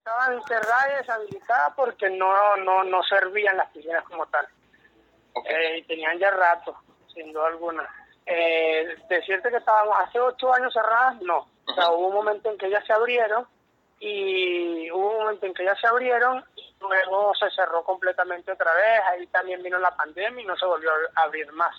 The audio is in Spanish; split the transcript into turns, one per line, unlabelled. Estaban cerradas y deshabilitadas porque no, no, no servían las piscinas como tal.
Ok.
Eh, y tenían ya rato, sin duda alguna. Eh, decirte que estaban hace ocho años cerradas, no. O sea,
Ujú.
hubo un momento en que ya se abrieron y hubo un momento en que ya se abrieron y luego se cerró completamente otra vez. Ahí también vino la pandemia y no se volvió a abrir más.